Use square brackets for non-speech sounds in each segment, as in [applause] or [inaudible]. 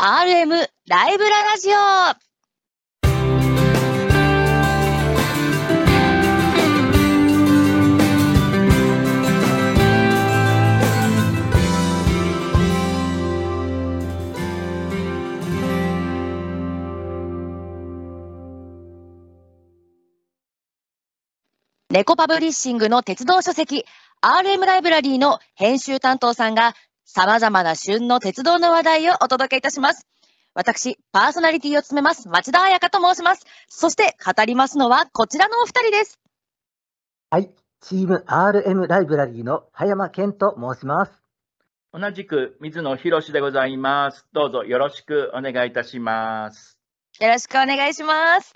RM ライブララジオ猫パブリッシングの鉄道書籍 RM ライブラリーの編集担当さんが様々な旬の鉄道の話題をお届けいたします。私、パーソナリティを務めます、町田彩香と申します。そして、語りますのは、こちらのお二人です。はい、チーム RM ライブラリーの葉山健と申します。同じく水野博史でございます。どうぞよろしくお願いいたします。よろしくお願いします。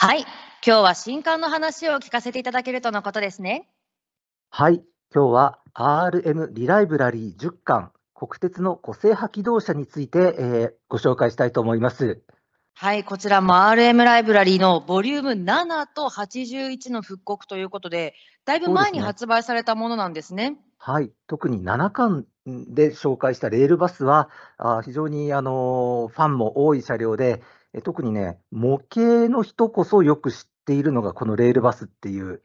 はい、今日は新刊の話を聞かせていただけるとのことですね。はい、今日は RM リライブラリー10巻、国鉄の個性派機動車について、えーご紹介したいと思います。はい、こちらも RM ライブラリーのボリューム7と81の復刻ということで、だいぶ前にそうで発すね売されたものなんですね。はい、特に7巻で紹介したレールバスは、あー非常に、あのーファンも多い車両で、え特にね、模型の人こそよく知っているのがこのレールバスっていう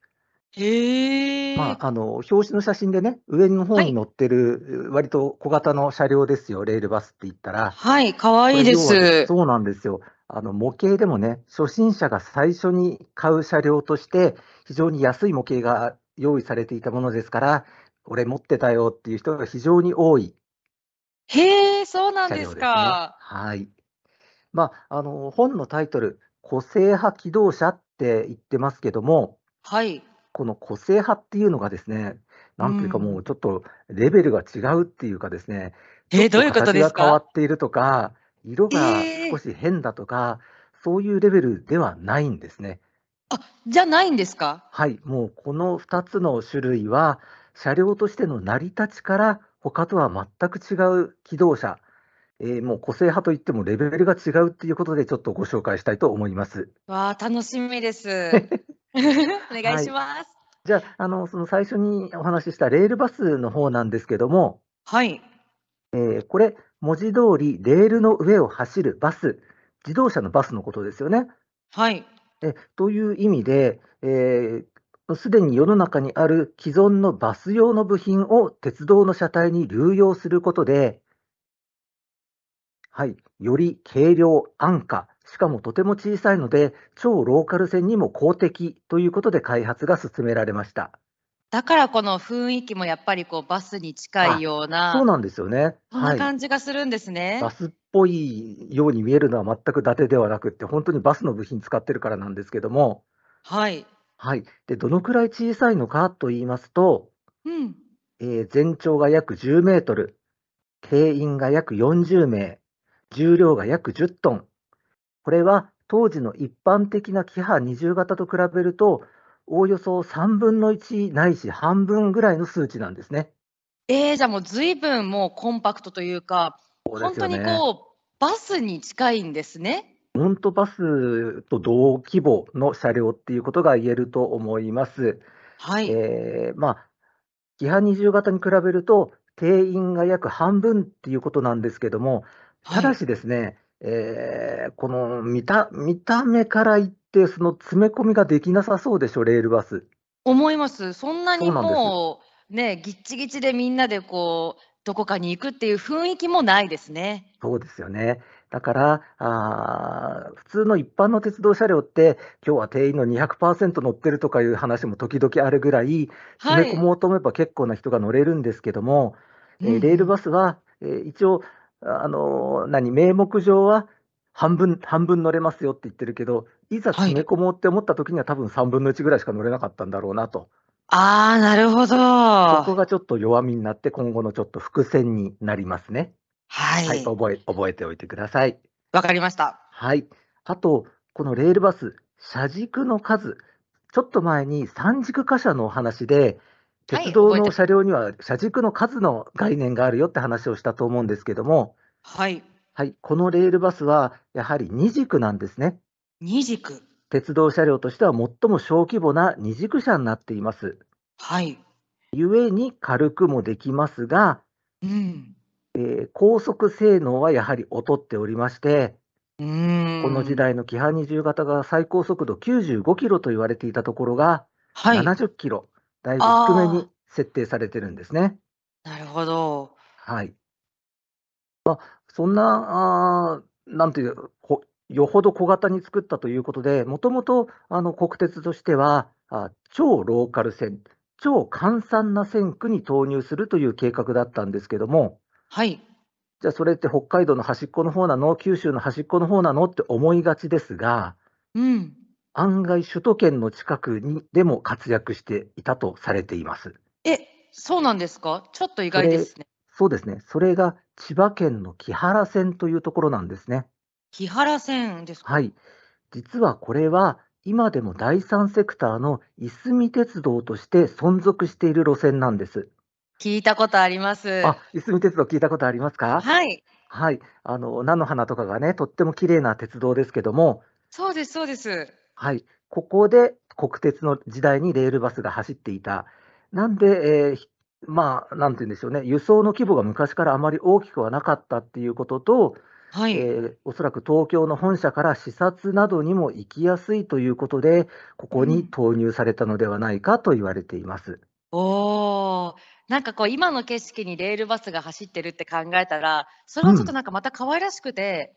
へえ。まあ、あの表紙の写真でね、上の方に載ってる、割と小型の車両ですよ、レールバスって言ったら。はい、かわいいでこれ要はねす。そうなんですよ。あの模型でもね、初心者が最初に買う車両として、非常に安い模型が用意されていたものですから、俺持ってたよっていう人が非常に多いへえ、そうなん車両でですすね。か。はい。まあ、あの本のタイトル、個性派機動車って言ってますけども、はい。この個性派っていうのがですね、なんていうかうんもうちょっとレベルが違うっていうかですね、えー、どういうことです形が変わかっているとか、色がえー少し変だとか、そういうレベルではないんですね。じゃないんですかはい、もうこの2つの種類は、車両としての成り立ちから、他とは全く違う機動車、えーもう個性派といってもレベルが違うっていうことで、ちょっとご紹介したいと思います。わあ、楽しみ [laughs] です。お願いします。じゃあ、あのその最初にお話ししたレールバスの方なんですけども、はい。えーこれ、文字通りレールの上を走るバス、自動車のバスのことですよね。はい。えという意味で、えーすでに世の中にある既存のバス用の部品を鉄道の車体に流用することで、はい、より軽量、安価、しかもとても小さいので、超ローカル線にも公的ということで開発が進められました。だからこの雰囲気もやっぱりこうバスに近いような、そうなんですよね。そんはない感じがするんですね。バスっぽいように見えるのは全く伊達ではなくって、本当にバスの部品使ってるからなんですけども、はい。はい、でどのくらい小さいのかと言いますと、うん。えー全長が約10メートル、定員が約40名、重量が約10トン。これは当時の一般的なキハ20型と比べると、おおよそ3分の1ないし半分ぐらいの数値なんですね。えー、じゃあもう随分もうコンパクトというか、そうで本す当よにねこうバスに近いんですね。モントバスと同規模の車両っていうことが言えると思います。はい。えーまあ、キハ20型に比べると、定員が約半分っていうことなんですけども、はいただしですね、えーこの見た見た目から言って、その詰め込みができなさそうでしょ、レールバス。思います。そんなにそうなんですもうね、ぎっちぎちでみんなでこう、どこかに行くっていう雰囲気もないですね。そうですよね。だから、あー普通の一般の鉄道車両って、今日は定員の200%乗ってるとかいう話も時々あるぐらい、は詰い。め込もうと思えば結構な人が乗れるんですけども、えーうんレールバスは、えー一応、あのー何、名目上は半分、半分乗れますよって言ってるけど、いざはい詰め込もうって思った時には、多分3分の1ぐらいしか乗れなかったんだろうなと、ああ、なるほど。そこはがちょっと弱みになって、今後のちょっと伏線になりますね。はい、い。わ、覚え覚えておいてください。かりました。はい。あと、このレールバス、車軸の数、ちょっと前に三軸貨車のお話で、はい鉄道覚えてのる車両には車軸の数の概念があるよって話をしたと思うんですけども、はい。はい、このレールバスはやはり二軸なんですね。二軸。鉄道車両としては最も小規模な二軸車になっています。はい。故に軽くもできますが、うん。えー高速性能はやはり劣っておりまして、うーん。この時。代のキハ20型が最高速度95キロと言われていたところが、はい。な70キロ、だいぶ低めに設定されてるんですね。るほど。はい。まあ、そんな、あーなんていうほ、よほど小型に作ったということで、もともとあの国鉄としてはあ、超ローカル線、超簡単な線区に投入するという計画だったんですけども、はい。じゃあそれって北海道の端っこの方なの、九州の端っこの方なのって思いがちですが、うん。案外首都圏の近くにでも活躍していたとされています。え、そうなんですかちょっと意外ですね。そうですね。それが千葉県の木原線というところなんですね。木原線ですかはい。実はこれは今でも第三セクターのいすみ鉄道として存続している路線なんです。聞いたことあります。あ、いすみ鉄道聞いたことありますかはい。はい。あの、菜の花とかがね、とっても綺麗な鉄道ですけども、そうです、そうです。はい。ここで国鉄の時代にレールバスが走っていた。なんで、えーひまあ、なんて言うんでしょうね、輸送の規模が昔からあまり大きくはなかったっていうことと、はい。えーおそらく東京の本社から視察などにも行きやすいということで、ここうにん投入されたのではないかと言われています。おお、なんかこう今の景色にレールバスが走ってるって考えたら、それはちょっとなんかまた可愛らしくて、はい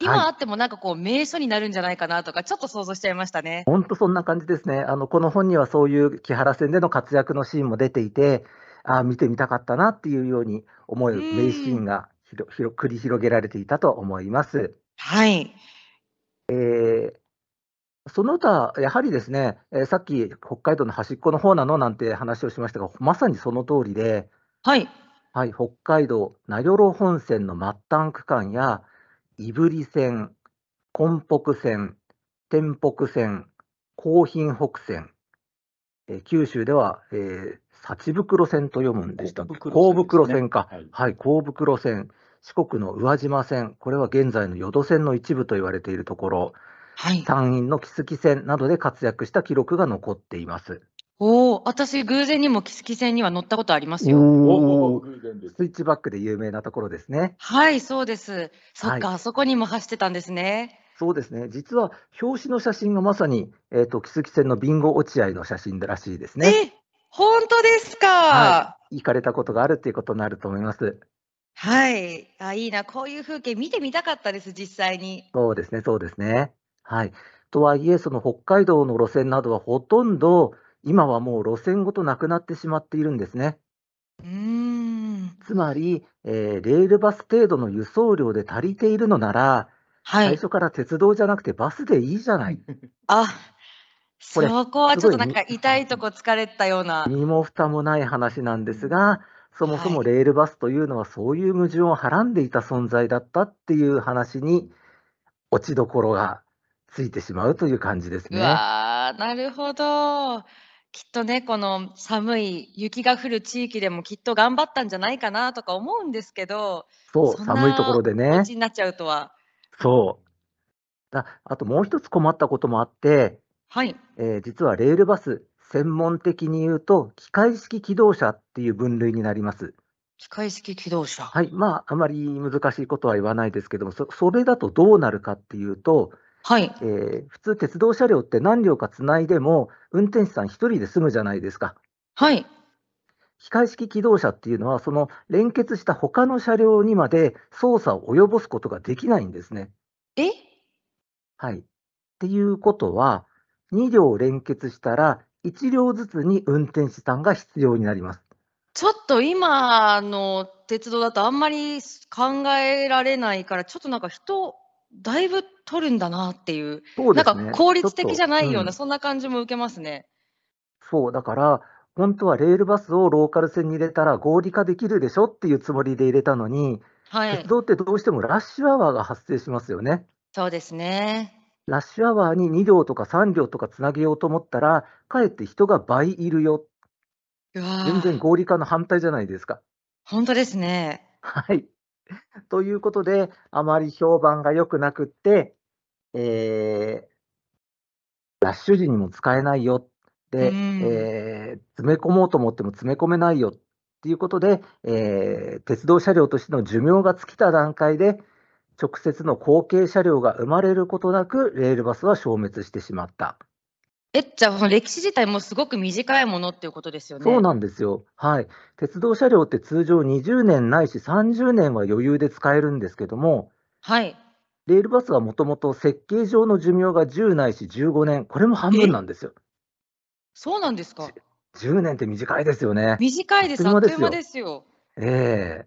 今あってもなんかこう名所になるんじゃないかなとか、ちょっと想像しちゃいましたね。本当そんな感じですね。あの、この本にはそういう木原線での活躍のシーンも出ていて、ああ、見てみたかったなっていうように思ううん名シーンがひろひろ繰り広げられていたと思います。はい。その他、やはりですね、えーさっき北海道の端っこの方なのなんて話をしましたが、まさにその通りで、はい。はい、北海道名寄本線の末端区間や胆振線、根北線、天北線、高品北線、えー九州では、えー、幸袋線と読むんでしたっけ幸幸袋袋線ですね線か、はいはい、幸袋線、四国の宇和島線、これは現在の淀線の一部と言われているところ、はい。山陰の木次線などで活躍した記録が残っています。おお、私偶然にも木月線には乗ったことありますよ。お偶然ですスイッチバックで有名なところですね。はい、そうです。そっはいか、あそこにも走ってたんですね。そうですね、実は表紙の写真がまさに、えー、と木次線のビンゴ落合の写真らしいですね。え、本当ですか。は行かれたことがあるということになると思います。はい。あ、いいな。こういう風景見てみたかったです、実際に。そうですね、そうですね。はい、とはいえ、その北海道の路線などはほとんど今はもう路線ごとなくなってしまっているんですね。うーん。つまり、えーレールバス程度の輸送量で足りているのなら、は最い。初から鉄道じゃなくてバスでいいじゃない。あ、これそこはちょっとなんかすごい痛いとこ疲れたような。身も蓋もない話なんですが、そもそもはいレールバスというのはそういう矛盾をはらんでいた存在だったっていう話に落ちどころがついてしまうという感じですうね。わー、なるほど。きっとね、この寒い雪が降る地域でもきっと頑張ったんじゃないかなとか思うんですけど、そう、そんな寒いところでねう。ちになっちゃうとは。そう。だあともう一つ困ったこともあって、はい。えー実はレールバス、専門的に言うと機械式機動車っていう分類になります。機械式機動車。はい、まあ、あまり難しいことは言わないですけども、そそれだとどうなるかっていうと、はい。えー普通、鉄道車両って何両かつないでも、運転手さん1人で済むじゃないですか。はい。機械式機動車っていうのは、その連結した他の車両にまで操作を及ぼすことができないんですね。えはい、っていうことは、2両連結したら、1両ずつに運転手さんが必要になります。ちょっと今の鉄道だとあんまり考えられないから、ちょっとなんか人、だいぶ取るんだなっていう、そうなでんすかね効率的じゃないような、ちょっとそんな感じも受けますね。うんそう、だから、本当はレールバスをローカル線に入れたら合理化できるでしょっていうつもりで入れたのに、はい鉄。道ってどうしてもラッシュアワーが発生しますよね。そうですね。ラッシュアワーに2両とか3両とかつなげようと思ったら、かえって人が倍いるよ。うわ全然ー合理化の反対じゃないですか。 [laughs] 本当ですね。はい。ということで、あまり評判が良くなくって、えーラッシュ時にも使えないよ。で、うんえー詰め込もうと思っても詰め込めないよっていうことで、えー鉄道車両としての寿命が尽きた段階で、直接の後継車両が生まれることなく、レールバスは消滅してしまった。え、じゃあ、その歴史自体もすごく短いものっていうことですよね。そうなんですよ。はい。鉄道車両って通常20年ないし30年は余裕で使えるんですけども、はい。レールバスはもともと設計上の寿命が10ないし15年、これも半分なんですよ。そうなんですか。 10年って短いですよね。短いです。ああっとっといいうう間間でですよ。ええ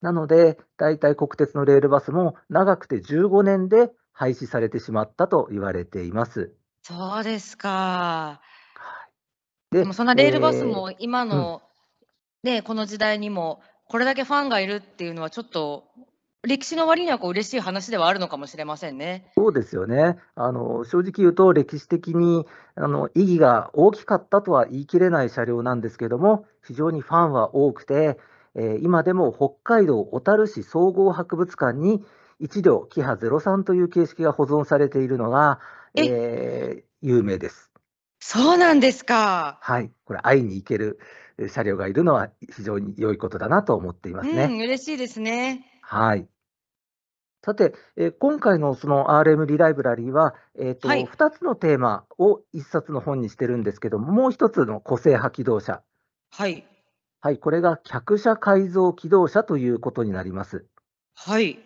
なので、大体国鉄のレールバスも長くて15年で廃止されてしまったと言われています。そうですか。ででも、そんなレールバスえも今の、ね、この時代にも、これだけファンがいるっていうのは、ちょっと、歴史の割にはこう嬉しい話ではあるのかもしれませんね。ーそうですよね。あの、正直言うと歴史的にあの意義が大きかったとは言い切れない車両なんですけども、非常にファンは多くて、えー今でも北海道小樽市総合博物館に1両キハ03という形式が保存されているのが、ええー有名です。そうなんですか。はい、これ、会いに行けるえー車両がいるのは非常に良いことだなと思っていますうね。ん、嬉しいですね。はい。さて、えー今回のその RM リライブラリーは、えーとはい2つのテーマを1冊の本にしてるんですけども、もう1つの個性派機動車、はい。はい、これが客車改造機動車ということになります。はい。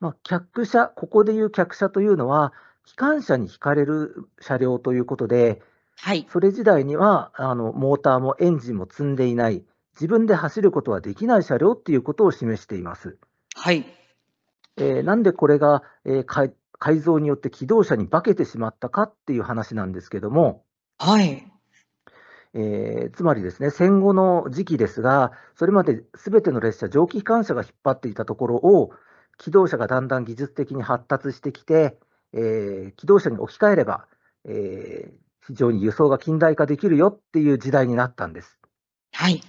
まあ、客車、ここでいう客車というのは、機関車に引かれる車両ということで、はい。それ時代にはあのモーターもエンジンも積んでいない、自分で走ることはできない車両っていうことを示しています。はい。えーなんでこれが、えー改改造によって機動車に化けてしまったかっていう話なんですけども、はい。えーつまりですね、戦後の時期ですが、それまで全ての列車、蒸気機関車が引っ張っていたところを、機動車がだんだん技術的に発達してきて、えー機動車に置き換えれば、えー非常に輸送が近代化できるよっていう時代になったんです。はい。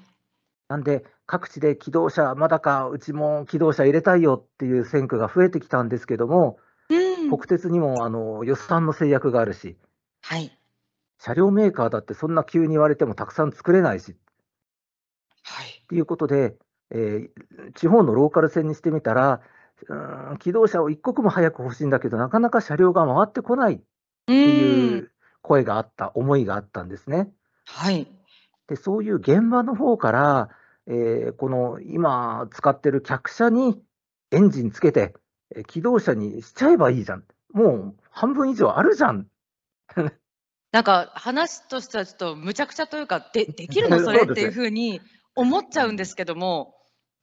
なんで、各地で機動車、まだか、うちも機動車入れたいよっていう選挙が増えてきたんですけども、うん。国鉄にもあの予算の制約があるし、はい。車両メーカーだってそんな急に言われてもたくさん作れないしっはい。ていうことで、えー地方のローカル線にしてみたら、うーん機動車を一刻も早く欲しいんだけど、なかなか車両が回ってこないってういん。う声があった、思いがあったんですね。はい。で、そういう現場の方から、えーこの今使ってる客車にエンジンつけて、えー機動車にしちゃえばいいじゃん。もう半分以上あるじゃん。なんか話としてはちょっと無茶苦茶というかでできるのそれっていうふうに思っちゃうんですけども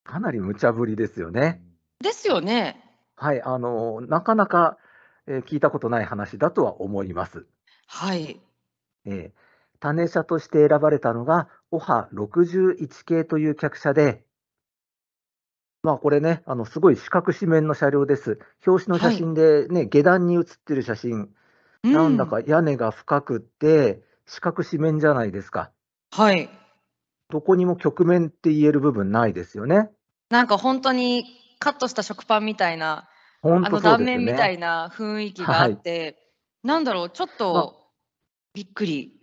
かなり無茶ぶりですよね。ですよねはい、あの、なかなか、えー聞いたことない話だとは思います。はいえー、種車として選ばれたのが、オハ61系という客車で、まあこれね、あのすごい四角四面の車両です。表紙の写真でね、下段に写ってる写真、うなんだか屋根が深くって、四角四面じゃないですか。はいどこにも曲面って言える部分ないですよね。なんか本当にカットした食パンみたいな、本あの当そう断ですよ面みたね。いな雰囲気があって、なんだろうちょっとびっくり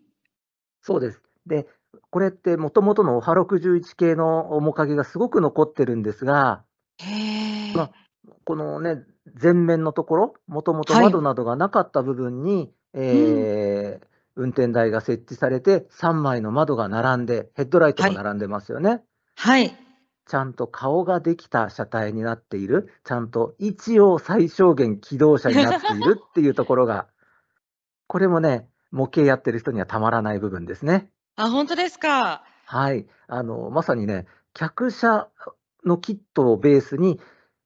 そうです。で、これってもともとのオハ61系の面影がすごく残ってるんですが、へえ、まあこのね、前面のところ、もともとはい窓などがなかった部分に、えー運転台が設置されて、3枚の窓が並んで、ヘッドライトが並んでますよね。はいちゃんと顔ができた車体になっている、ちゃんと一応最小限機動車になっているっていうところが、 [laughs] これもね、模型やってる人にはたまらない部分ですね。あ本当ですかはい、あのまさにね、客車のキットをベースに、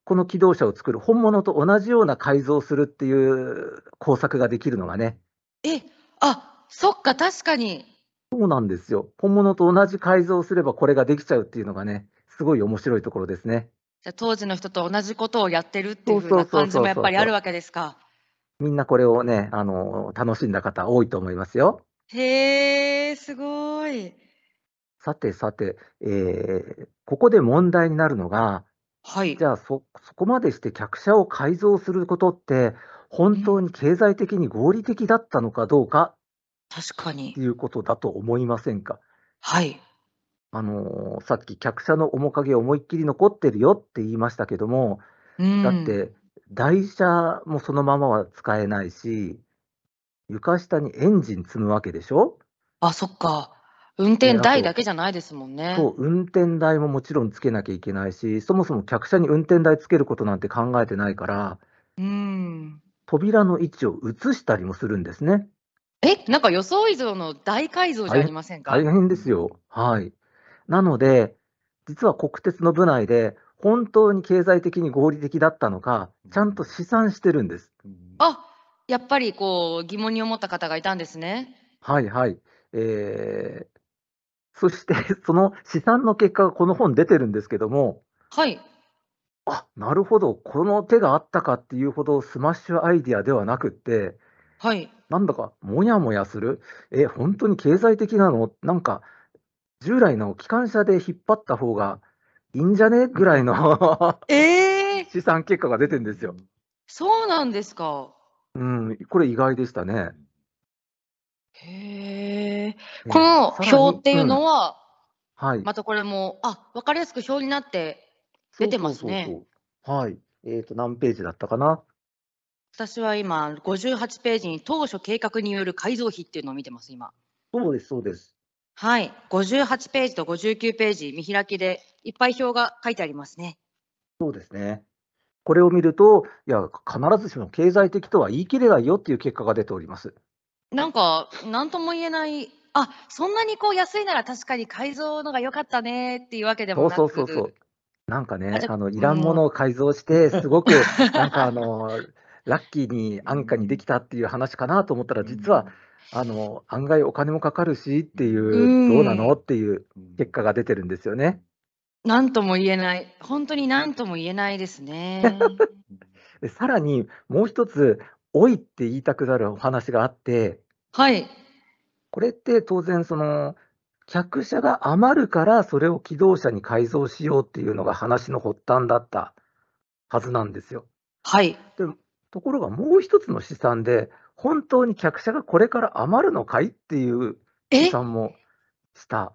この機動車を作る、本物と同じような改造をするっていう工作ができるのがね、えあそっか確かにそうなんですよ。本物と同じ改造をすればこれができちゃうっていうのがね、すごい面白いところですね。じゃあ当時の人と同じことをやってるっていう風そうなそうそうそう感じもやっぱりあるわけですかみんなこれをね、あの楽しんだ方多いと思いますよ。へえ、すごい。さてさて、えーここで問題になるのが、はいじ。ゃあそ、そこまでして客車を改造することって、本当に経済的に合理的だったのかどうか確かにと。いうことだと思いませんか。はい。あのーさっき客車の面影思いっきり残ってるよって言いましたけども、うん、だっ、て台車もそのままは使えないし、床下にエンジン積むわけでしょあ、そっか。運転ねあと台だけじゃないですもんね。そう、運転台ももちろんつけなきゃいけないし、そもそも客車に運転台つけることなんて考えてないから、うん。扉の位置を移したりもするんですね。え、なんか予想以上の大改造じゃありませんか。大変ですよ。はい。なので、実は国鉄の部内で、本当に経済的に合理的だったのか、ちゃんと試算してるんです。あ、やっぱりこう疑問に思った方がいたんですね。はいはい。えー、そして、 [laughs] その試算の結果がこの本出てるんですけども、はい。あ、なるほど、この手があったかっていうほどスマッシュアイディアではなくって、はい。なんだかもやもやする、え、本当に経済的なのなんか、従来の機関車で引っ張った方がいいんじゃねぐらい [laughs] のええ試算結果が出てるんですよ。そうなんですか。うん、これ意外でしたね。へえ。えこの表っていうのさは、らにうんはい。またこれも、あ、わかりやすく表になって、出てますねそうそうそうそう。はい。えっと、何ページだったかな私は今、58ページに当初計画による改造費っていうのを見てます、今。そうです、そうです。はい。58ページと59ページ、見開きで、いっぱい表が書いてありますね。そうですね。これを見ると、いや、必ずしも経済的とは言い切れないよっていう結果が出ております。なんか、なんとも言えない、あ、そんなにこう安いなら確かに改造のが良かったねっていうわけでそもうなく。そうそうそう。なんかあねじ、ゃあのいらんものを改 [laughs] 造して、すごくなんかあのラッキーに安価にできたっていう話かなと思ったら、実はあの案外お金もかかるしっていうう、んどうなのっていう結果が出てるんですよね。なんとも言えない。本当になんとも言えないです [laughs] ね。でさらにもう一つ、老いって言いたくなるお話があって、はい。これって当然その、客車が余るからそれを機動車に改造しようっていうのが話の発端だったはずなんですよ。はい。ところがもう一つの試算で、本当に客車がこれから余るのかいっていう試え、ちょ算もした。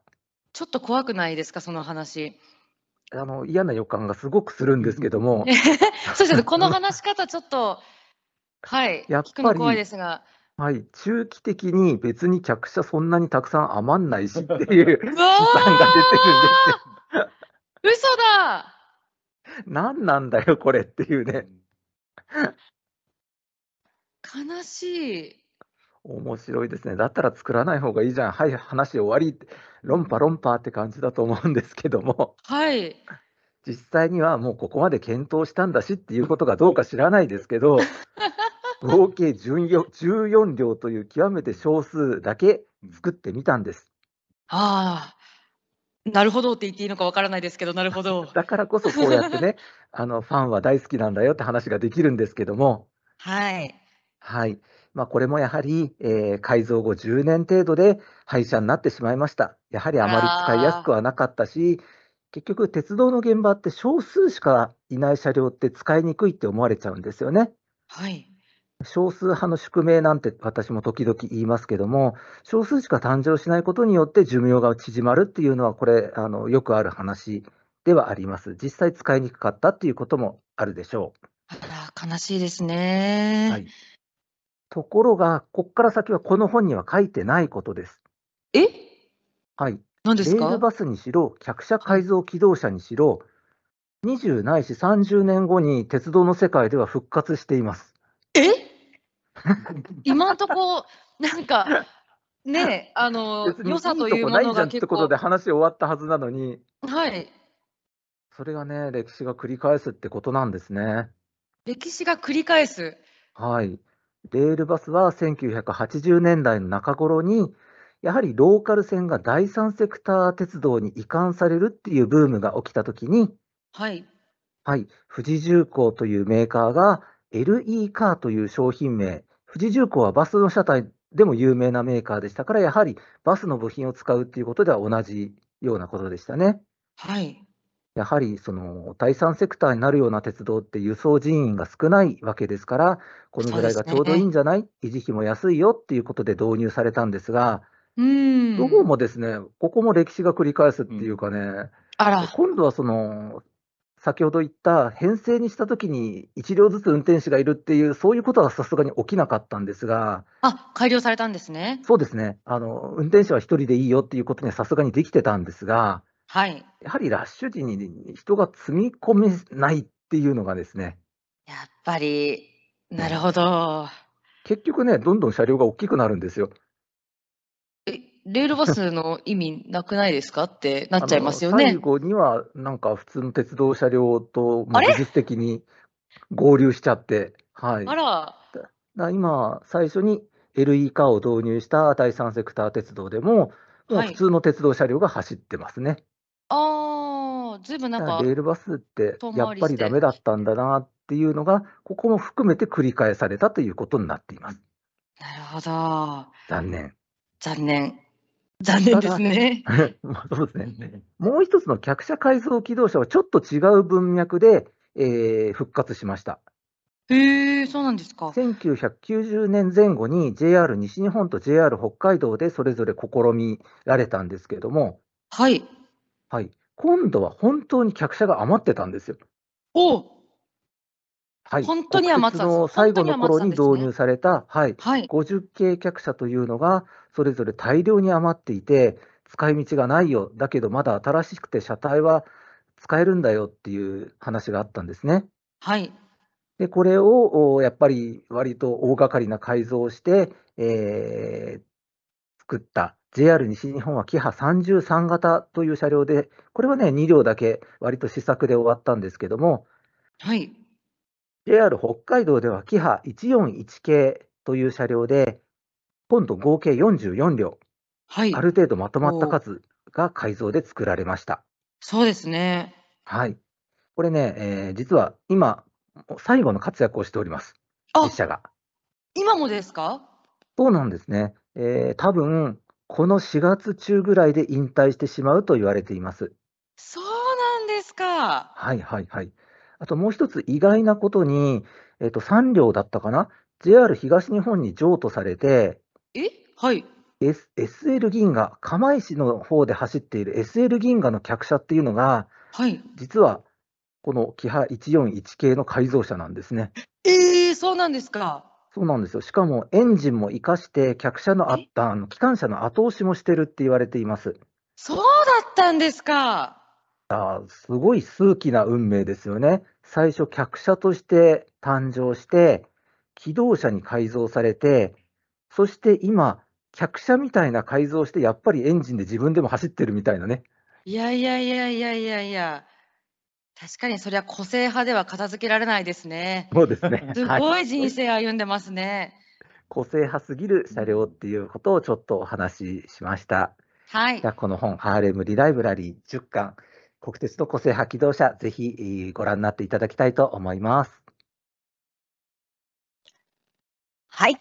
っと怖くないですか、その話。あの嫌な予感がすごくするんですけども、そうですね、この話し方、ちょっと、はい、やっぱり聞くの怖いですが、はい、中期的に別に客車そんなにたくさん余んないしってい [laughs] ううわ試算が出てるんですよ。ー、嘘だ何なんだよ、これっていうね、悲しい。面白いですね。だったら作らない方がいいじゃん、はい、話終わりって、論破論破って感じだと思うんですけども、はい。実際にはもうここまで検討したんだしっていうことがどうか知らないですけど、合計14 14両という極めて少数だけ作ってみたんです。ああ、なるほどって言っていいのかわからないですけど、なるほど。だからこそこうやってね、あのファンは大好きなんだよって話ができるんですけども、はい。はいまあ、これもやはり、えー改造後10年程度で廃車になってしまいました。やはりあまり使いやすくはなかったし、結局、鉄道の現場って少数しかいない車両って使いにくいって思われちゃうんですよね。はい。少数派の宿命なんて私も時々言いますけども、少数しか誕生しないことによって寿命が縮まるっていうのは、これあの、よくある話ではあります。実際使いにくかったっていうこともあるでしょあら、悲しいですう。ね。はい、ところが、ここから先はこの本には書いてないことです。え、はい、何でレすーかルバスにしろ、客車改造機動車にしろ、20ないし30年後に鉄道の世界では復活しています。 [laughs] え今んとこ、なんか、ね [laughs] え、あの別、にい良いさとというこもないのじゃがんって結こと構で、話終わったはずなのに。はい。それがね、歴史が繰り返すってことなんですね。歴史が繰り返す。はい。レールバスは1980年代の中頃に、やはりローカル線が第三セクター鉄道に移管されるっていうブームが起きたときに、はい。はい、富士重工というメーカーが LE カーという商品名、富士重工はバスの車体でも有名なメーカーでしたから、やはりバスの部品を使うっていうことでは同じようなことでしたね。はい。やはりその第三セクターになるような鉄道って輸送人員が少ないわけですから、このぐらいがちょうどいいんじゃない、維持費も安いよっていうことで導入されたんですが、うん。どこもですね、ここも歴史が繰り返すっていうかね、あら。今度はその先ほど言った編成にしたときに1両ずつ運転士がいるっていう、そういうことはさすがに起きなかったんですが、あ、改良されたんですね。そうですね、あの運転手は1人でいいよっていうことにはさすがにできてたんですが、はい。ややはりラッシュ時に人が積み込めないっていうのがですね、っぱり、なるほど。結局ね、どんどん車両が大きくなるんですよ。え、レールバスの意味なくないですかってなっちゃいますよあの最ね。後には、なんか普通の鉄道車両ともうあれ技術的に合流しちゃって、はい、あら。だ今、最初に LE カーを導入した第三セクター鉄道でも、もうはい普通の鉄道車両が走ってますね。ああ、ずいぶんなんだかからレ、ールバスって遠回りしてやっぱりダメだったんだなっていうのが、ここも含めて繰り返されたということになっています。なるほど。残念。残念。残念ですね。 [laughs] まあそうですね。もう一つの客車改造機動車はちょっと違う文脈で、えー復活しました。 [laughs] へえ、そうなんですか。 1990年前後に JR 西日本と JR 北海道でそれぞれ試みられたんですけれども、はい。はい、今度は本当に客車が余ってたんですよ。おうはい、本当に余ってたんです国鉄の最後の頃に本当導に余入された、はい、はい。 50系客車というのが、それぞれ大量に余っていて、使い道がないよ、だけどまだ新しくて車体は使えるんだよっていう話があったんですね。はい。で、これをおやっぱり割と大掛かりな改造をして、えー作った JR 西日本はキハ33型という車両で、これはね、2両だけ割と試作で終わったんですけども、はい。 JR 北海道ではキハ141系という車両で、今度合計44両、はいあ。る程度まとまった数が改造で作られました。そうですね。はい。これね、えー実は今、最後の活躍をしております、あ実車が。今もですかそうなんですね。えー、多分この4月中ぐらいで引退してしまうと言われています。そうなんですか。はいはいはい。あともう一つ意外なことに、えっと、3両だったかな ?JR 東日本に譲渡されて、えはい。 S、SL 銀河、釜石の方で走っている SL 銀河の客車っていうのが、はい。実はこのキハ141系の改造車なんですね。ええそうなんですか。そうなんですよ。しかもエンジンも活かして、客車のあっえた、あの機関車の後押しもしてるって言われています。そうだったんですか。すごい数奇な運命ですよね。最初、客車として誕生して、機動車に改造されて、そして今、客車みたいな改造をして、やっぱりエンジンで自分でも走ってるみたいなね。いやいやいやいやいやいや。確かにそりゃ個性派では片付けられないですね。そうです [laughs] ねすはい、ごい人生歩んでますね。個性派すぎる車両っていうことをちょっとお話ししました。はいじゃ。あ、この本、ハーレムリライブラリー10巻、国鉄の個性派機動車、ぜひえーご覧になっていただきたいと思います。はい。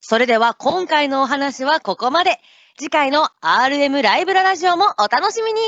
それでは今回のお話はここまで。次回の RM ライブララジオもお楽しみに